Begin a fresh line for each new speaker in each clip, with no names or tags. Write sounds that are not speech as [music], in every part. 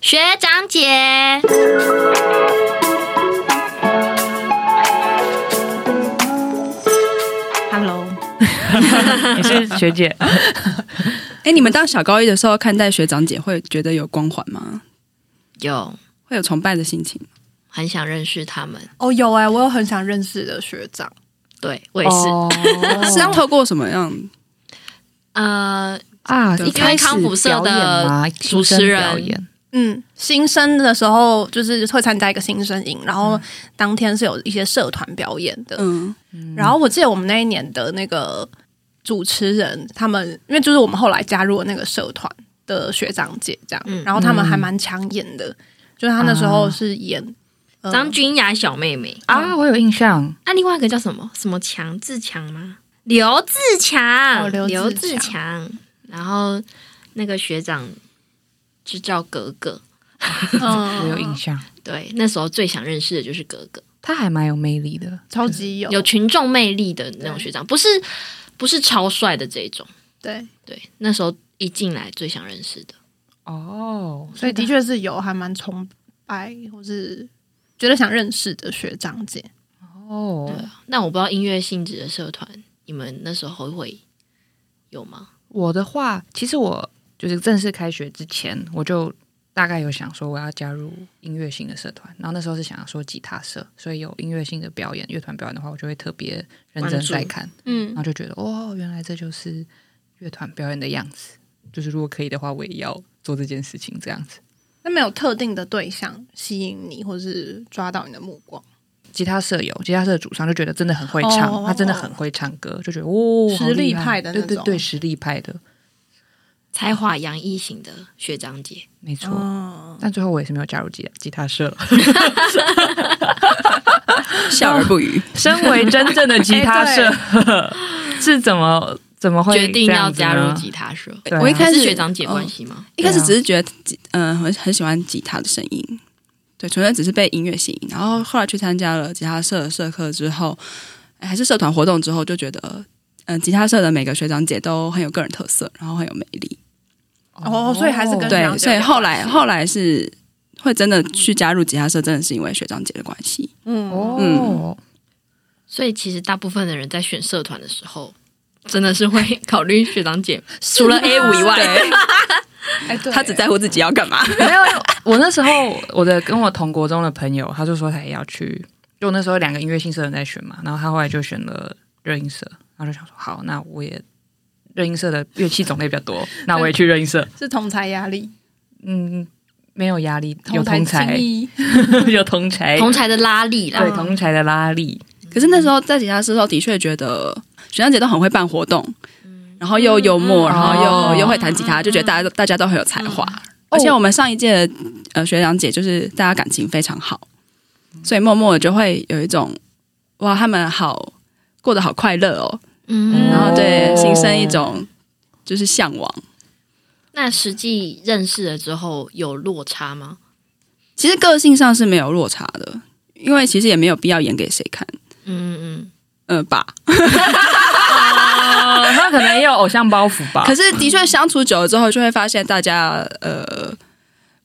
学长姐，
Hello，
你是学姐，
哎，你们当小高一的时候看待学长姐，会觉得有光环吗？
有
会有崇拜的心情？
很想认识他们，
哦有哎、我有很想认识的学长，
对我也
哦
是。
哦
是透过什么样？
呃，
[laughs] 啊，
对
一开始
因为康复社的
表演吗
主持人
新生表演
嗯，新生的时候就是会参加一个新生营，然后当天是有一些社团表演的，
嗯，
然后我记得我们那一年的那个主持人，他们因为就是我们后来加入了那个社团的学长姐这样，
嗯
然后他们还蛮抢眼的，就是他那时候是演、呃
张君雅小妹妹
啊，我有印象，
啊，另外一个叫什么什么强自强吗？刘志强，
哦刘志
刘志强，然后那个学长就叫格格。
嗯
我有印象，
对，那时候最想认识的就是格格，
他还蛮有魅力的，
超级有
有群众魅力的那种学长，不是不是超帅的这一种。
对，
对，那时候一进来最想认识的，
哦，
所以的确是有还蛮崇拜或是觉得想认识的学长姐。
哦，
那我不知道音乐性质的社团，你们那时候会有吗？
我的话，其实我就是正式开学之前，我就大概有想说我要加入音乐性的社团，然后那时候是想要说吉他社，所以有音乐性的表演、乐团表演的话，我就会特别认真在看，
嗯
然，后就觉得哦，原来这就是乐团表演的样子，就是如果可以的话，我也要做这件事情这样子。
那没有特定的对象吸引你，或是抓到你的目光，
吉他社有吉他社的主唱就觉得真的很会唱，
哦
他真的很会唱歌，就觉得哦，好
实力
厉害
派的那
对对
种
对，实力派的，
才华洋溢型的学长姐，
没错。
哦
但最后我也是没有加入吉吉他
[laughs]
社了。
笑而不语。
身为真正的吉他社，
哎
[laughs] 是怎么怎么会
决定要
这
加
样子呢哦
入吉他社，
对啊
我一开
还
始哦
是学长姐关系吗？
一开始只是觉得，嗯、很很喜欢吉他的声音，对，纯粹只是被音乐吸引。然后后来去参加了吉他社的社课之后，哎还是社团活动之后，就觉得，嗯、吉他社的每个学长姐都很有个人特色，然后很有魅力。
哦所以还是跟学长
对，
姐
所以
有
后
关
来
系
后来是会真的去加入吉他社，真的是因为学长姐的关系。
嗯，
哦，
所以其实大部分的人在选社团的时候，真的是会考虑学长
[laughs]
姐，除了 A 五以外，
哎，对，
他只在乎自己要干嘛。
嗯
没有，我那时候我的跟我同国中的朋友，他就说他哎也要去，就我那时候两个音乐性社人在选嘛，然后他后来就选了热音社，然后就想说好，那我也热音社的乐器种类比较多，那我也去热音社，
是同才压力，
嗯，没有压力，有同才
情，谊
有同才，
同才的拉力啦
对，同才的拉力，
可是那时候在吉他社的时候，的确觉得学长姐都很会办活动，然后又幽默，
嗯
然后又、
哦
又会弹吉他，就觉得大家都大家都很有才华。而且我们上一届的呃学长姐就是大家感情非常好，
嗯
所以默默的就会有一种哇，他们好过得好快乐哦，
嗯，
然后对
哦
心生一种就是向往。
哦那实际认识了之后有落差吗？
其实个性上是没有落差的，因为其实也没有必要演给谁看，
嗯嗯
呃吧。
呃，他可能也有偶像包袱吧，
可是的确相处久了之后，就会发现大家呃，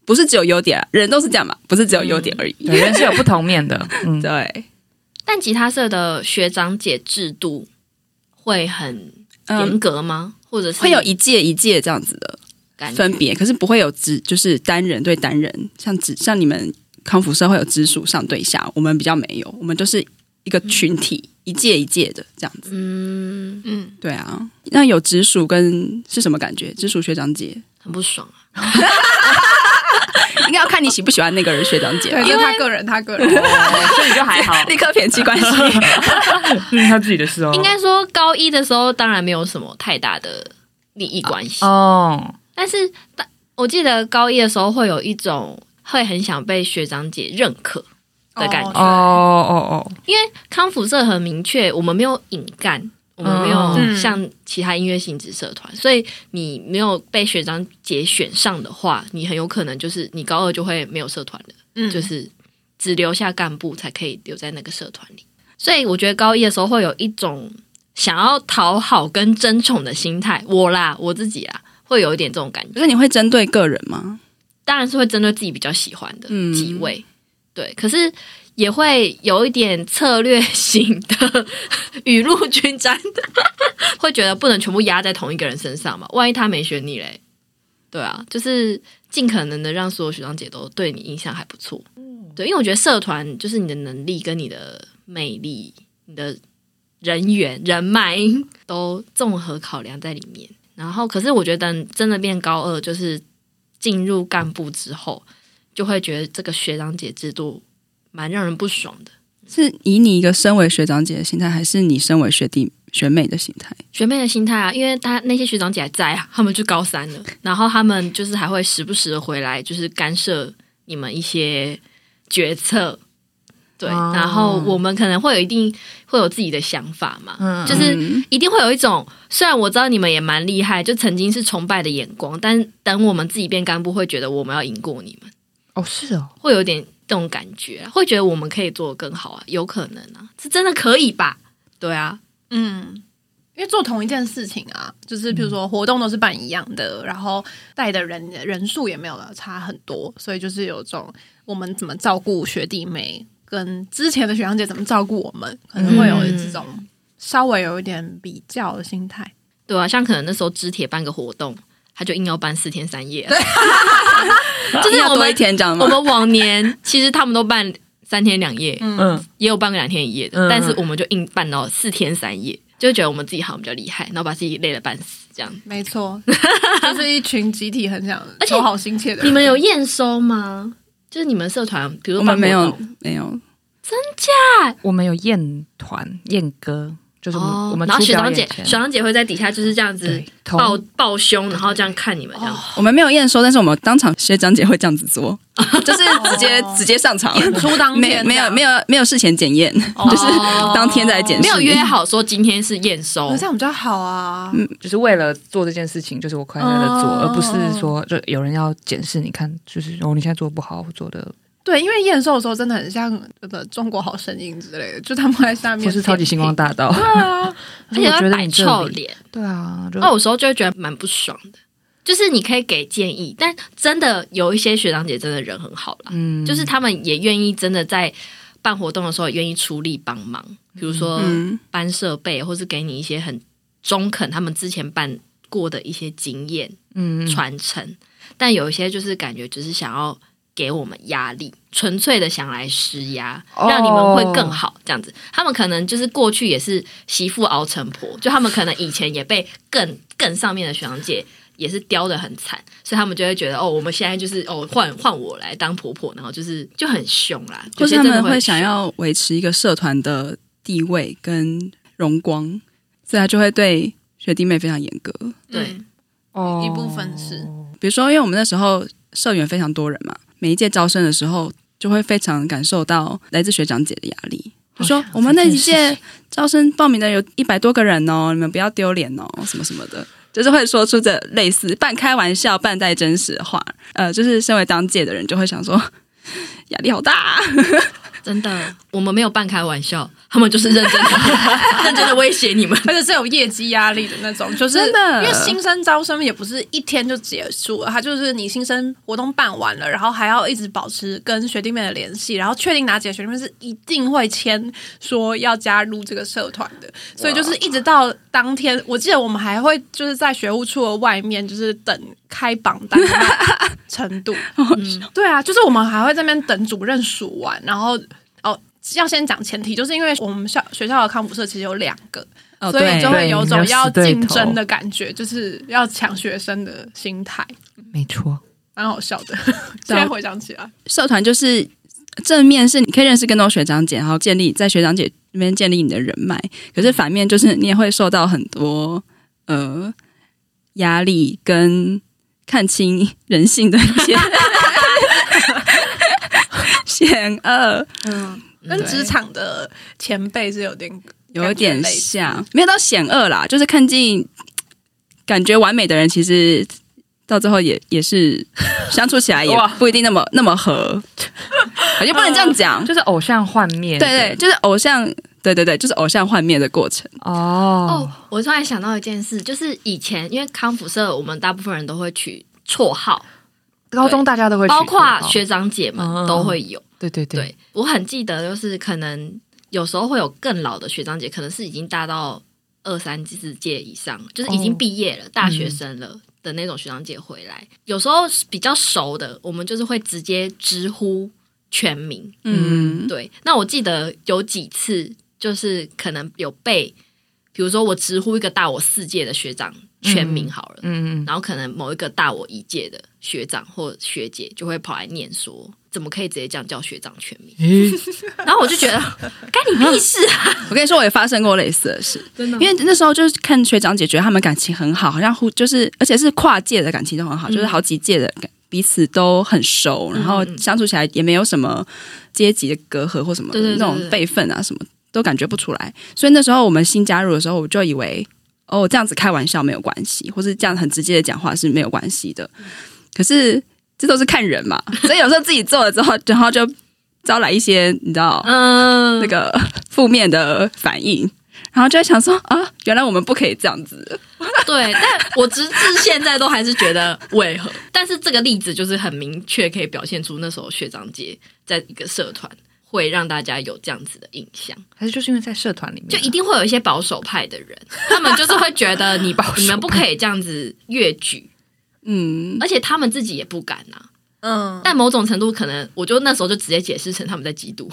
不是只有优点啊，人都是这样嘛，不是只有优点而已。
对人是有不同面的，嗯， [laughs]
对，
嗯。但吉他社的学长姐制度会很严
嗯，
格吗？或者是
会有一届一届这样子的
感觉
分别，可是不会有只就是单人对单人，像只像你们康复社会有直属上对下，我们比较没有，我们就是一个群体，一届一届的这样子。
嗯
嗯，
对啊，那有直属跟是什么感觉？直属学长姐，
很不爽啊。
[laughs] 应该要看你喜不喜欢那个人学长姐啊吧
对，，因为他个人，他个人，
所以就还好，
立刻撇清 [laughs] 关系。
是 [laughs] 他自己的事哦
应该说高一的时候当然没有什么太大的利益关系，
哦，
但是但我记得高一的时候会有一种会很想被学长姐认可的感觉，
哦哦哦，
因为康复社很明确，我们没有引干。我们没有
嗯
像其他音乐性质社团，所以你没有被学长姐选上的话，你很有可能就是你高二就会没有社团了。
嗯，
就是只留下干部才可以留在那个社团里。所以我觉得高一的时候会有一种想要讨好跟争宠的心态，我啦，我自己啦，会有一点这种感觉。
可是你会针对个人吗？
当然是会针对自己比较喜欢的
嗯
几位，对，可是也会有一点策略型的 [laughs] 雨露均沾的，会觉得不能全部压在同一个人身上嘛，万一他没选你嘞，对啊，就是尽可能的让所有学长姐都对你印象还不错，对，因为我觉得社团就是你的能力跟你的魅力、你的人缘、人脉都综合考量在里面。然后，可是我觉得真的变高二，就是进入干部之后，就会觉得这个学长姐制度蛮让人不爽的。
是以你一个身为学长姐的心态，还是你身为学弟学妹的心态？
学妹的心态啊，因为她那些学长姐还在啊，他们就高三了，然后他们就是还会时不时的回来，就是干涉你们一些决策。对，
哦
然后我们可能会有一定会有自己的想法嘛，
嗯
就是一定会有一种，虽然我知道你们也蛮厉害，就曾经是崇拜的眼光，但等我们自己变干部，会觉得我们要赢过你们，
哦，是哦，
会有点这种感觉啊，会觉得我们可以做得更好啊，有可能啊，是真的可以吧？对啊，
嗯，因为做同一件事情啊，就是比如说活动都是办一样的，然后带的人人数也没有差很多，所以就是有种我们怎么照顾学弟妹，跟之前的学长姐怎么照顾我们，可能会有这种稍微有一点比较的心态。
对啊，像可能那时候知铁办个活动，他就硬要办四天三夜，就是
啊要
我
多
们
一天这样吗
我？们往年其实他们都办三天两夜，
嗯，
也有办个两天一夜的，
嗯
但是我们就硬办到四天三夜，就觉得我们自己好像比较厉害，然后把自己累得半死这样。
没错，就是一群集体很想求好心切的人。
[laughs] 你们有验收吗？就是你们社团，比如
我
说办
们没
活
有
动，
没有，
我们有宴团、宴歌，就是我们、
哦
我，们
然后
出
学
表
长姐
演前
学长姐会在底下就是这样子
对同
抱抱胸，然后这样看你们这样。
我们没有验收，但是我们当场学长姐会这样子
[laughs]
做，就是直接
哦
直接上场，
出当
没
天
没有没
有，
有没有事前检验，
哦
就是当天在检视，
没有约好说今天是验收，
这样比较好啊。
就是为了做这件事情，就是我快乐的做，
哦
而不是说就有人要检视你看，就是哦，你现在做得不好，我做的
对，因为验收的时候真的很像呃《中国好声音》之类的，就他们在下面
不是超级星光大道，
对啊，
而且
我觉
会
得
摆
你这
臭
里，
脸。
[laughs] 对啊，就
那有时候就会觉得蛮不爽的。就是你可以给建议，但真的有一些学长姐真的人很好啦，
嗯
就是他们也愿意真的在办活动的时候也愿意出力帮忙，比如说
嗯
搬设备，或是给你一些很中肯他们之前办过的一些经验
嗯
传承。但有一些就是感觉只是想要给我们压力，纯粹的想来施压，
哦
让你们会更好这样子。他们可能就是过去也是媳妇熬成婆，就他们可能以前也被更 [laughs] 更上面的学长姐。也是刁的很惨，所以他们就会觉得哦，我们现在就是哦，换换我来当婆婆，然后就是就很凶啦，
嗯或是
有些
他
真的
们会
很
想
凶
要维持一个社团的地位跟荣光，所以他就会对学弟妹非常严格。
对，
哦
一部分是
比如说，因为我们那时候社员非常多人嘛，每一届招生的时候就会非常感受到来自学长姐的压力。就说我们那一届招生报名的有一百多个人哦，你们不要丢脸哦，什么什么 [laughs] 的，就是会说出这类似半开玩笑、半带真实的话。呃，就是身为当届的人就会想说， [laughs] 压力好大啊、
真的，我们没有半开玩笑，他们就是认真的， [laughs] 认真的威胁你们。
而且是有业绩压力的那种，就是
真的
因为新生招生也不是一天就结束了，它就是你新生活动办完了，然后还要一直保持跟学弟妹的联系，然后确定哪几个学弟妹是一定会签说要加入这个社团的，所以就是一直到当天，我记得我们还会就是在学务处的外面就是等开榜单的那种程
[laughs]
度，对啊，就是我们还会在那边等主任数完，然后哦。要先讲前提，就是因为我们校学校的康复社其实有两个，
哦，
所以
对
就会有种
对
要竞争的感觉，就是要抢学生的心态，
没错，
蛮好笑的。现
对啊
在回想起来，
社团就是正面是你可以认识更多学长姐，然后建立在学长姐那边建立你的人脉。可是反面就是你也会受到很多呃压力跟看清人性的一些险恶，
嗯，跟
对
职场的前辈是有点
有一点像，没有到险恶啦，就是看尽感觉完美的人，其实到最后也也是相处起来也
哇
不一定那么那么合，我就不能这样讲，
[laughs] 就是偶像幻灭，
对对，就是偶像，对对对，就是偶像幻灭的过程。
哦
哦，，
我突然想到一件事，就是以前因为康复社，我们大部分人都会取绰号，
高中大家都会取
包括
口号
学长姐们
嗯嗯嗯
都会有。
对对对，
对我很记得，就是可能有时候会有更老的学长姐，可能是已经大到二三四届以上，就是已经
哦
毕业了、大学生了。的那种学长姐回来，有时候比较熟的，我们就是会直接直呼全名。
嗯，
对，那我记得有几次，就是可能有被，比如说我直呼一个大我四届的学长全名好了， [laughs]
嗯嗯
然后可能某一个大我一届的学长或学姐就会跑来念说，怎么可以直接这样叫学长全名？
嗯，
然后我就觉得干你屁事啊！
我跟你说，我也发生过类似的事，
真的
因为那时候就是看学长姐觉得他们感情很好，好像互就是，而且是跨界的感情都很好，
嗯
就是好几届的感彼此都很熟，然后
嗯
相处起来也没有什么阶级的隔阂或什么的
对对对
那
对
种辈分啊，什么都感觉不出来。所以那时候我们新加入的时候，我就以为哦这样子开玩笑没有关系，或是这样很直接的讲话是没有关系的。
嗯
可是这都是看人嘛，所以有时候自己做了之后，然后就招来一些你知道，
嗯，
[laughs] 那个 [laughs] 负面的反应，然后就会想说啊，原来我们不可以这样子。
嗯对，但我直至现在都还是觉得为何？但是这个例子就是很明确，可以表现出那时候学长姐在一个社团会让大家有这样子的印象。
还是就是因为在社团里面啊，
就一定会有一些保守派的人，他们就是会觉得你
[laughs] 保守派
你们不可以这样子越举，
嗯，
而且他们自己也不敢啊。
嗯，
但某种程度，可能我就那时候就直接解释成他们在嫉妒。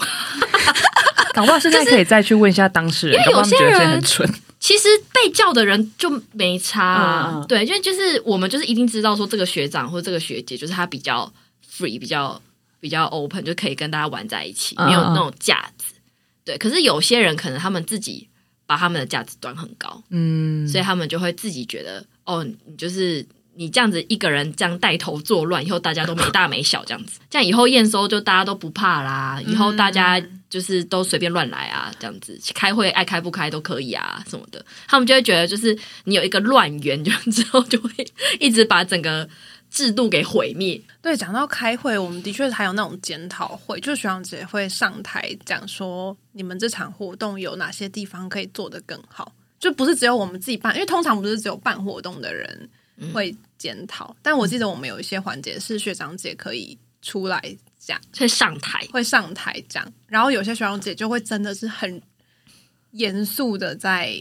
搞不好现在可以再去问一下当事人，
因为有
搞不好他们
些
觉得自己
人
很蠢，
其实被叫的人就没差、啊，
嗯嗯
对，因为就是我们就是一定知道说这个学长或这个学姐就是他比较 free，比较比较 open，就可以跟大家玩在一起，
嗯嗯
没有那种架子。对，可是有些人可能他们自己把他们的价值端很高，
嗯，
所以他们就会自己觉得哦，你就是你这样子一个人这样带头作乱，以后大家都没大没小这样子，这样以后验收就大家都不怕啦，以后大家
嗯
就是都随便乱来啊，这样子开会爱开不开都可以啊什么的，他们就会觉得就是你有一个乱源，就 [laughs] 之后就会一直把整个制度给毁灭。
对，讲到开会，我们的确还有那种检讨会，就是学长姐会上台讲说，你们这场活动有哪些地方可以做得更好，就不是只有我们自己办，因为通常不是只有办活动的人
嗯
会检讨，但我记得我们有一些环节是学长姐可以出来讲，
所以上台，
会上台讲，然后有些学长姐就会真的是很严肃的在。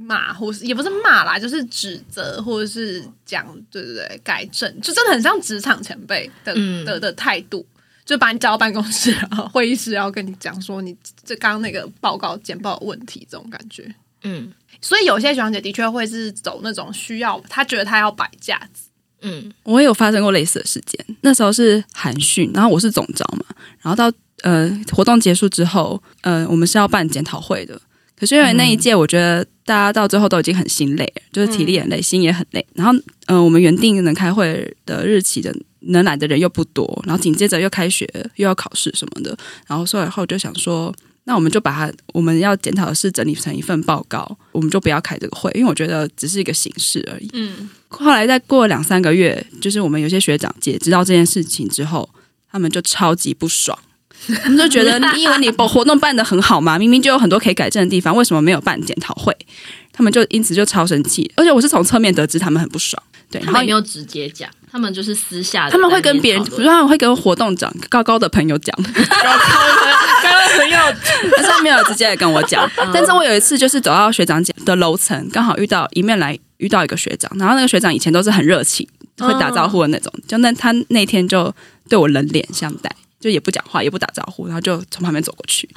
骂，或是也不是骂啦，就是指责，或者是讲，对对对，改正，就真的很像职场前辈的、
嗯
的的态度，就把你叫到办公室，然后会议室，然后跟你讲说你这刚刚那个报告简报有问题，这种感觉。
嗯
所以有些学长姐的确会是走那种需要，他觉得他要摆架子，
嗯，
我也有发生过类似的事件。那时候是寒训，然后我是总招嘛，然后到呃活动结束之后，呃我们是要办检讨会的。可是因为那一届，我觉得大家到最后都已经很心累了，就是体力很累，心也很累。然后，呃，我们原定能开会的日期的能来的人又不多，然后紧接着又开学，又要考试什么的。然后所以后就想说，那我们就把它我们要检讨的事整理成一份报告，我们就不要开这个会，因为我觉得只是一个形式而已。
嗯，
后来再过两三个月，就是我们有些学长姐知道这件事情之后，他们就超级不爽，他们就觉得你以为你把活动办得很好吗？明明就有很多可以改正的地方，为什么没有办检讨会？他们就因此就超生气，而且我是从侧面得知他们很不爽，对，
他
然后
们也没有直接讲，他们就是私下的
嗯他们会跟
在那
别人，
讨
不
论
是他们会跟活
[laughs]
动长高高的朋友讲，
刚朋友
但是他没有直接来跟我
[laughs]
讲。
嗯
但是我有一次就是走到学长姐的楼层，刚好遇到迎面来遇到一个学长，然后那个学长以前都是很热情，会打招呼的那种，就那他那天就对我冷脸相待，就也不讲话，也不打招呼，然后就从旁边走过
[laughs]
去，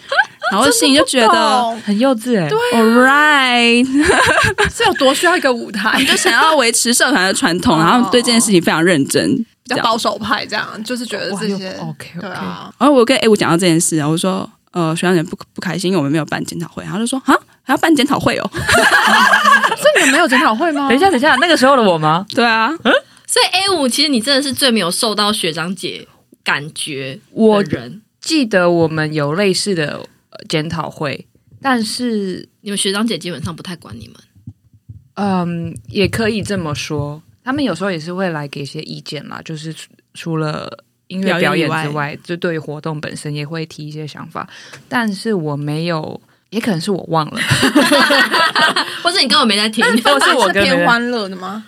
然后我心里就觉得。
懂
很幼稚哎，
All right，
是有多需要一个舞台，
就想要维持社团的传
哦
统，然后对这件事情非常认真。
比较保守派，这样就是觉得
哇
这
又
些
OK，OK
对啊，
然后我跟 A 五讲到这件事，然后我说，呃，学长姐不不开心，因为我们没有办检讨会。然后就说，啊，还要办检讨会哦？ [laughs]
所以你哎们没有检讨会吗？
[laughs] 哦等一下，等一下，那个时候的我吗？
对啊，
所以 A 五其实你真的是最没有受到学长姐感觉
我
的人，
记得我们有类似的呃检讨会，但是
你们学长姐基本上不太管你们。
嗯，也可以这么说，他们有时候也是会来给一些意见啦，就是除除了音乐表
表
演
演以外
之外，就对于活动本身也会提一些想法，但是我没有，也可能是我忘了，
或者你根本没在听
那。
[laughs]
你
或是我
是
跟别
偏
人
欢乐的吗？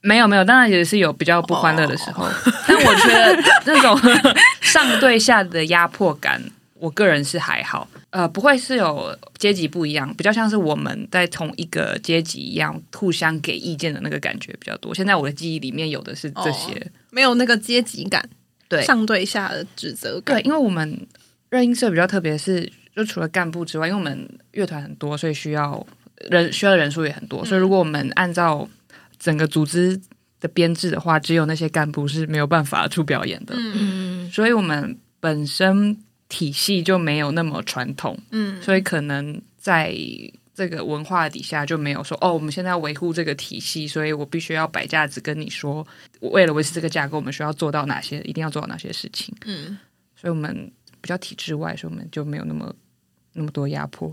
没有没有，当然也是有比较不欢乐的时候，但我觉得那种上对下的压迫感，我个人是还好，呃，不会是有阶级不一样，比较像是我们在同一个阶级一样互相给意见的那个感觉比较多。现在我的记忆里面有的是这些，
没有那个阶级感，
对
上对下的指责
对，
感。
因为我们热音社比较特别是，就除了干部之外，因为我们乐团很多，所以需要人需要的人数也很多，所以如果我们按照整个组织的编制的话，只有那些干部是没有办法出表演的，
嗯
嗯，
所以我们本身体系就没有那么传统，
嗯，
所以可能在。这个文化底下就没有说哦，我们现在要维护这个体系，所以我必须要摆架子跟你说，为了维持这个架构，我们需要做到哪些，一定要做到哪些事情。
嗯，
所以我们比较体制外，所以我们就没有那么那么多压迫。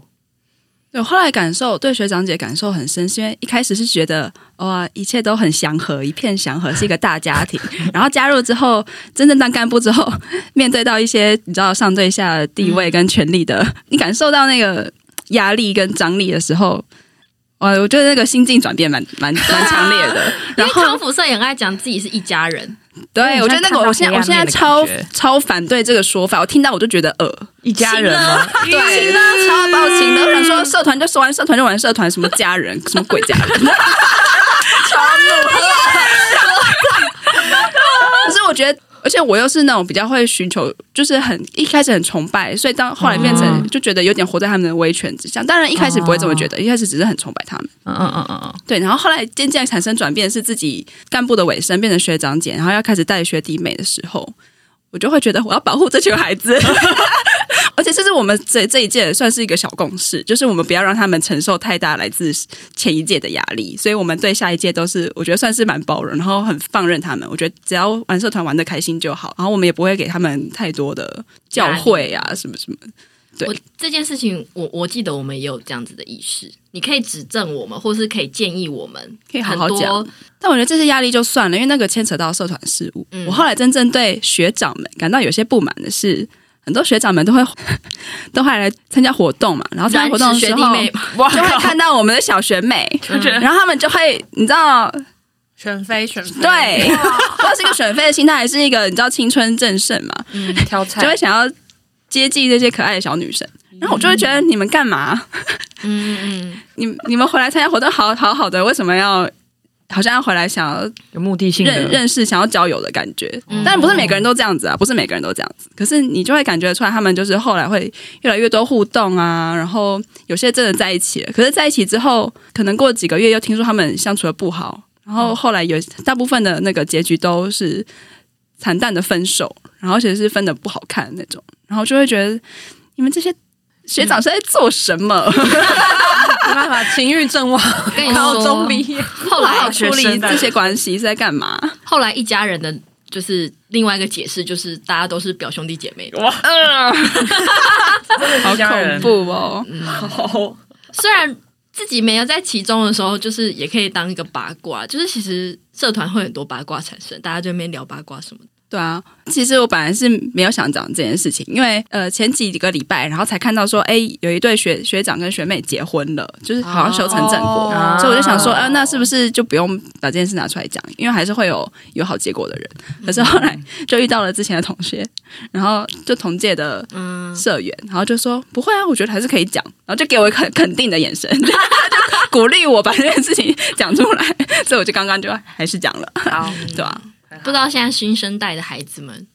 对，后来感受对学长姐感受很深，是因为一开始是觉得哇，一切都很祥和，一片祥和，是一个大家庭。 [laughs] 然后加入之后，真正当干部之后， [laughs] 面对到一些你知道上对下的地位跟权力的，你感受到那个压力跟张力的时候，哇，我觉得那个心境转变蛮蛮蛮强烈的。
因
然
为
后
康复社也很爱讲自己是一家人，
对，我觉得那个我现在我现在超
你现在看到黑暗面的感觉
超反对这个说法，我听到我就觉得呃，
一家人吗？
对，超暴情的，我想说社团就说完社团就玩社团，什么家人，什么鬼家人，超怒。可是我觉得。而且我又是那种比较会寻求，就是很一开始很崇拜，所以当后来变成
嗯
就觉得有点活在他们的威权之下。当然一开始不会这么觉得，一开始只是很崇拜他们。
嗯嗯嗯嗯嗯，
对，然后后来渐渐产生转变，是自己干部的尾声变成学长姐，然后要开始带学弟妹的时候，我就会觉得我要保护这群孩子， [laughs] 而且这是我们这这一届算是一个小共识，就是我们不要让他们承受太大来自前一届的压力，所以我们对下一届都是我觉得算是蛮包容，然后很放任他们。我觉得只要玩社团玩的开心就好，然后我们也不会给他们太多的教诲啊什么什么。对
我这件事情，我我记得我们也有这样子的意识，你可以指正我们，或是可以建议我们，
可以好好
很多
讲。但我觉得这些压力就算了，因为那个牵扯到社团事务。
嗯
我后来真正对学长们感到有些不满的是，很多学长们都会 [laughs] 都会来参加活动嘛，然后参加活动的
是
时
学
候
弟妹嘛，
哇
就会看到我们的小学妹，嗯
就觉得
然后他们就会你知道，
选妃选妃，
对，不知道是一个选妃的心态，还是一个你知道青春正盛嘛，
挑
就会
菜，
想要接近这些可爱的小女生。然后我就会觉得你们干嘛？
嗯嗯
[laughs] 你你们回来参加活动好好好的，为什么要好像要回来想要
有目的性
认
的。
认识、想要交友的感觉。
嗯
但不是每个人都这样子啊，不是每个人都这样子。可啊是你就会感觉出来，他们就是后来会越来越多互动啊，然后有些真的在一起了。可是在一起之后，可能过几个月又听说他们相处的不好，然后后来有大部分的那个结局都是惨淡的分手，然后而且是分的不好看的那种，然后就会觉得你们这些学长是在做什么？
没办法，情欲阵亡，
嗯，跟你
[laughs]
高中毕
说，
业，
后
好
来
好处理这些关系是在干嘛？
后来一家人的就是另外一个解释，就是大家都是表兄弟姐妹。
哇，
好
一家
恐
人
怖哦！
好，
虽然自己没有在其中的时候，就是也可以当一个八卦，就是其实社团会很多八卦产生，大家就在那边聊八卦什么的。
对啊，其实我本来是没有想讲这件事情，因为呃前几个礼拜，然后才看到说，哎，有一对学学长跟学妹结婚了，就是好像修成正果，
哦
所以我就想说，呃，那是不是就不用把这件事拿出来讲，因为还是会有有好结果的人。可是后来就遇到了之前的同学，然后就同届的
嗯，
社员，然后就说不会啊，我觉得还是可以讲，然后就给我一个很肯定的眼神， [laughs] 就鼓励我把这件事情讲出来，所以我就刚刚就还是讲了，
好，
嗯
对吧、啊？
不知道现在新生代的孩子们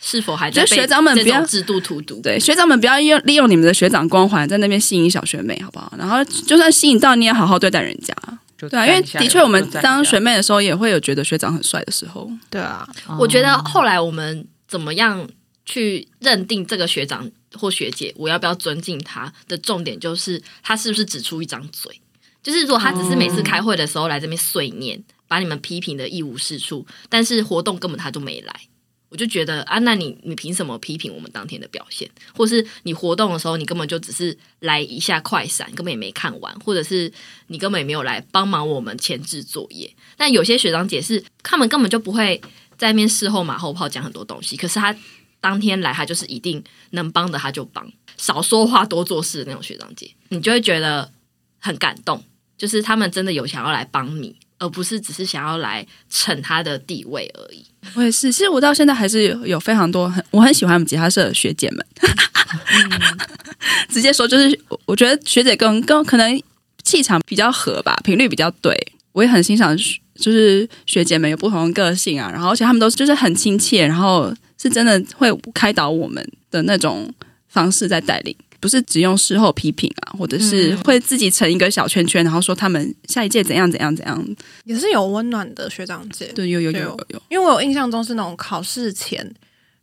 是否还在
就是
被
学长们
这
不要
种制度荼毒？
对，学长们不要用利用你们的学长光环在那边吸引小学妹，好不好？然后就算吸引到，你也好好对待人家。
就
对啊，
站
因为
一下
的确我们
就站一下
当学妹的时候，也会有觉得学长很帅的时候。
对啊，
哦
我觉得后来我们怎么样去认定这个学长或学姐，我要不要尊敬他的重点，就是他是不是只出一张嘴。就是如果他只是每次开会的时候来这边碎念，把你们批评的一无是处，但是活动根本他都没来。我就觉得啊，那你你凭什么批评我们当天的表现？或是你活动的时候，你根本就只是来一下快闪，根本也没看完，或者是你根本也没有来帮忙我们前置作业。但有些学长姐是，他们根本就不会在那边事后马后炮讲很多东西，可是他当天来，他就是一定能帮的他就帮，少说话多做事的那种学长姐，你就会觉得很感动，就是他们真的有想要来帮你，而而不是只是想要来逞他的地位而已。
我也是，其实我到现在还是有有非常多很我很喜欢我们吉他社的学姐们，嗯 [laughs] 直接说就是我我觉得学姐跟跟可能气场比较合吧，频率比较对，我也很欣赏学就是学姐们有不同的个性啊，然后而且她们都是就是很亲切，然后是真的会开导我们的那种方式在带领。不是只用事后批评啊，或者是会自己成一个小圈圈，然后说他们下一届怎样怎样怎样。
也是有温暖的学长姐。
对，有有有
对
有
哦
有，
因为我有印象中是那种考试前，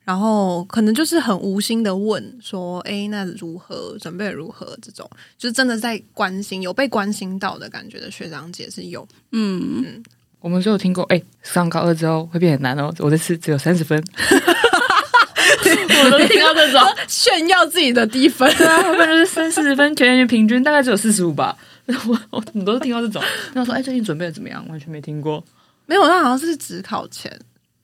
然后可能就是很无心的问说：“哎，那如何准备如何？”这种就是真的在关心，有被关心到的感觉的学长姐是
[laughs]
有。
嗯，
我们就有听过，哎、上高二之后会变很难哦。我这次只有三十分，
我都听到这种，
炫耀自己的低分，
啊，不然就是三四十分，全年平均大概只有四十五吧。我我我都是听到这种，那我说，哎、最近准备的怎么样？完全没听过
没有，那好像是只考前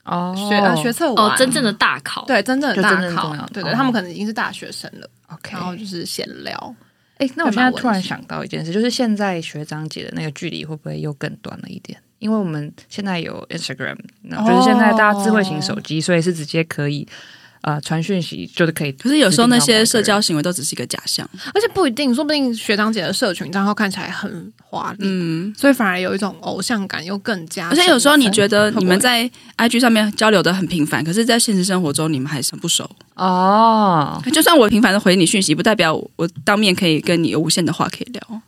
哦
学呃学测完
哦，真正的大考，
对真正的
就
大
真正的重
考
要，
对对，
哦
他们可能已经是大学生了，
OK，
然后就是闲聊。
哎、那我
还
现
蛮
在
稳
突然
定
想到一件事，就是现在学长姐的那个距离会不会又更短了一点？因为我们现在有 Instagram，那就是现在大家智慧型手机，所以是直接可以呃传讯息，就是可以。
可是有时候那些社交行为都只是一个假象。
而且不一定，说不定学长姐的社群账号看起来很华丽，
嗯，啊
所以反而有一种偶像感，又更加
而
深
且
层。
有时候你觉得
会不
你
会
们在 IG 上面交流的很频繁，可是，在现实生活中你们还是很不熟。
哦
就算我频繁的回你讯息，不代表我我当面可以跟你有无限的话可以聊。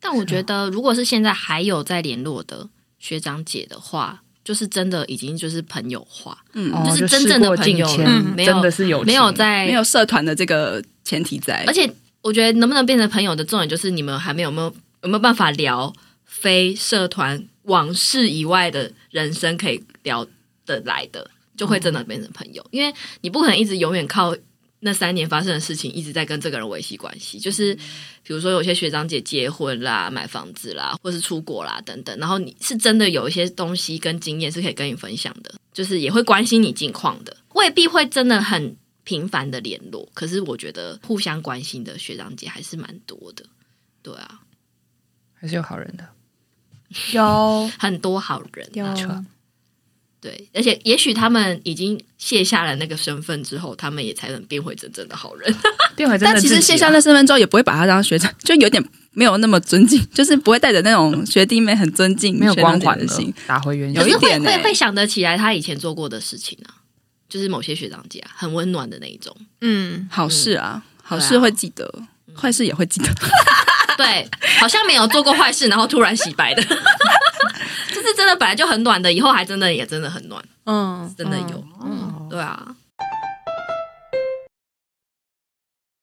但我觉得，如果是现在还有在联络的学长姐的话，就是真的已经就是朋友化，
嗯，
哦，
就是真
事
正的
过
朋
境
友
迁
嗯
没有
真的是有
没有在
没有社团的这个前提在
而，且我觉得能不能变成朋友的重点就是你们还没有没有有没有办法聊非社团往事以外的人生可以聊得来的，就会真的变成朋友，因为你不可能一直永远靠。那三年发生的事情，一直在跟这个人维系关系，就是比如说有些学长姐结婚啦、买房子啦，或是出国啦等等，然后你是真的有一些东西跟经验是可以跟你分享的，就是也会关心你近况的，未必会真的很频繁的联络，可是我觉得互相关心的学长姐还是蛮多的，对啊，
还是有好人的。
有
很多好人、啊，
有
对，而且也许他们已经卸下了那个身份之后，他们也才能变回真正的好人。
变回真的
但其实
自己
卸
啊
下那身份之后，也不会把他当 [laughs] 学长，就有点没有那么尊敬，就是不会带着那种学弟妹很尊敬
没有
学长
光
姐
环
的
了
心。，
打回原
[laughs] 有
形
一
可是会
点欸
会会想得起来他以前做过的事情啊，就是某些学长姐啊，很温暖的那一种。
嗯，
好事啊，好
对
事
啊
会记得，坏事也会记得。
对，好像没有做过坏事，然后突然洗
[laughs]
白的，就是真的本来就很暖的，以后还真的也真的很暖，
嗯，
哦
真的有，嗯，对啊，